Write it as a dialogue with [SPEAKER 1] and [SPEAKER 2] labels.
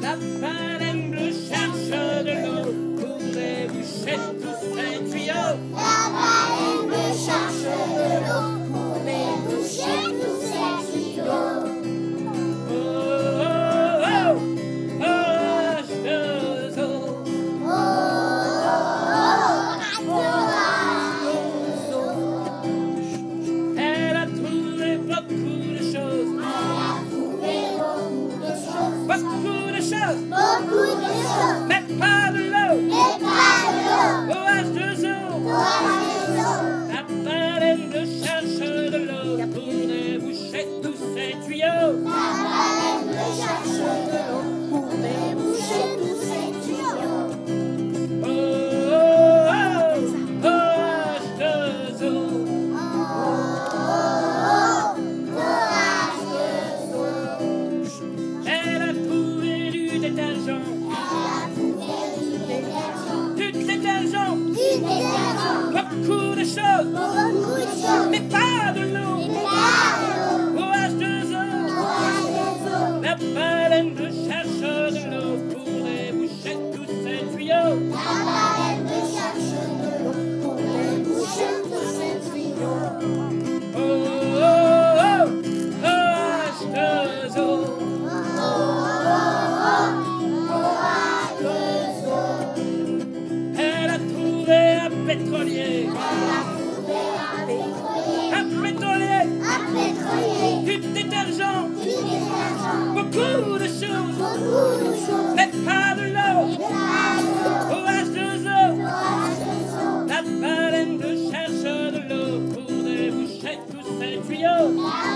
[SPEAKER 1] La madame bleue cherche de l'eau pour les bouchettes, tous ces tuyaux.
[SPEAKER 2] La baleine me cherche de l'eau pour mes boucher tous ces tuyaux.
[SPEAKER 1] Oh, oh, oh, H2O.
[SPEAKER 2] Oh, oh, oh, oh,
[SPEAKER 1] Elle a trouvé beaucoup de choses,
[SPEAKER 2] elle a trouvé beaucoup de choses,
[SPEAKER 1] beaucoup de choses,
[SPEAKER 2] beaucoup de choses,
[SPEAKER 1] mais pas de l'eau.
[SPEAKER 2] mais pas de l'eau,
[SPEAKER 1] Oh, H2O.
[SPEAKER 2] pas
[SPEAKER 1] La baleine de cherche de l'eau pour les bouchettes, tous ces
[SPEAKER 2] de
[SPEAKER 1] tuyaux.
[SPEAKER 2] l'eau. La baleine me cherche de l'eau pour mes boucher tous ces tuyaux.
[SPEAKER 1] Oh, oh, oh, oh,
[SPEAKER 2] Oh,
[SPEAKER 1] H2O.
[SPEAKER 2] oh, oh, courage de l'eau.
[SPEAKER 1] Elle a trouvé du détergent, du détergent, beaucoup de choses, mais pas de l'eau. Oh, H2O. La baleine de cherche de l'eau pour les bouchettes, tous ces tuyaux. Oh, oh, oh, H2O. Elle a trouvé un pétrolier, un pétrolier, du détergent, beaucoup de choses, mais pas de l'eau. Oh, H2O. La baleine de cherche de l'eau pour des bouchettes, tous ces tuyaux.
[SPEAKER 2] La
[SPEAKER 1] Oh,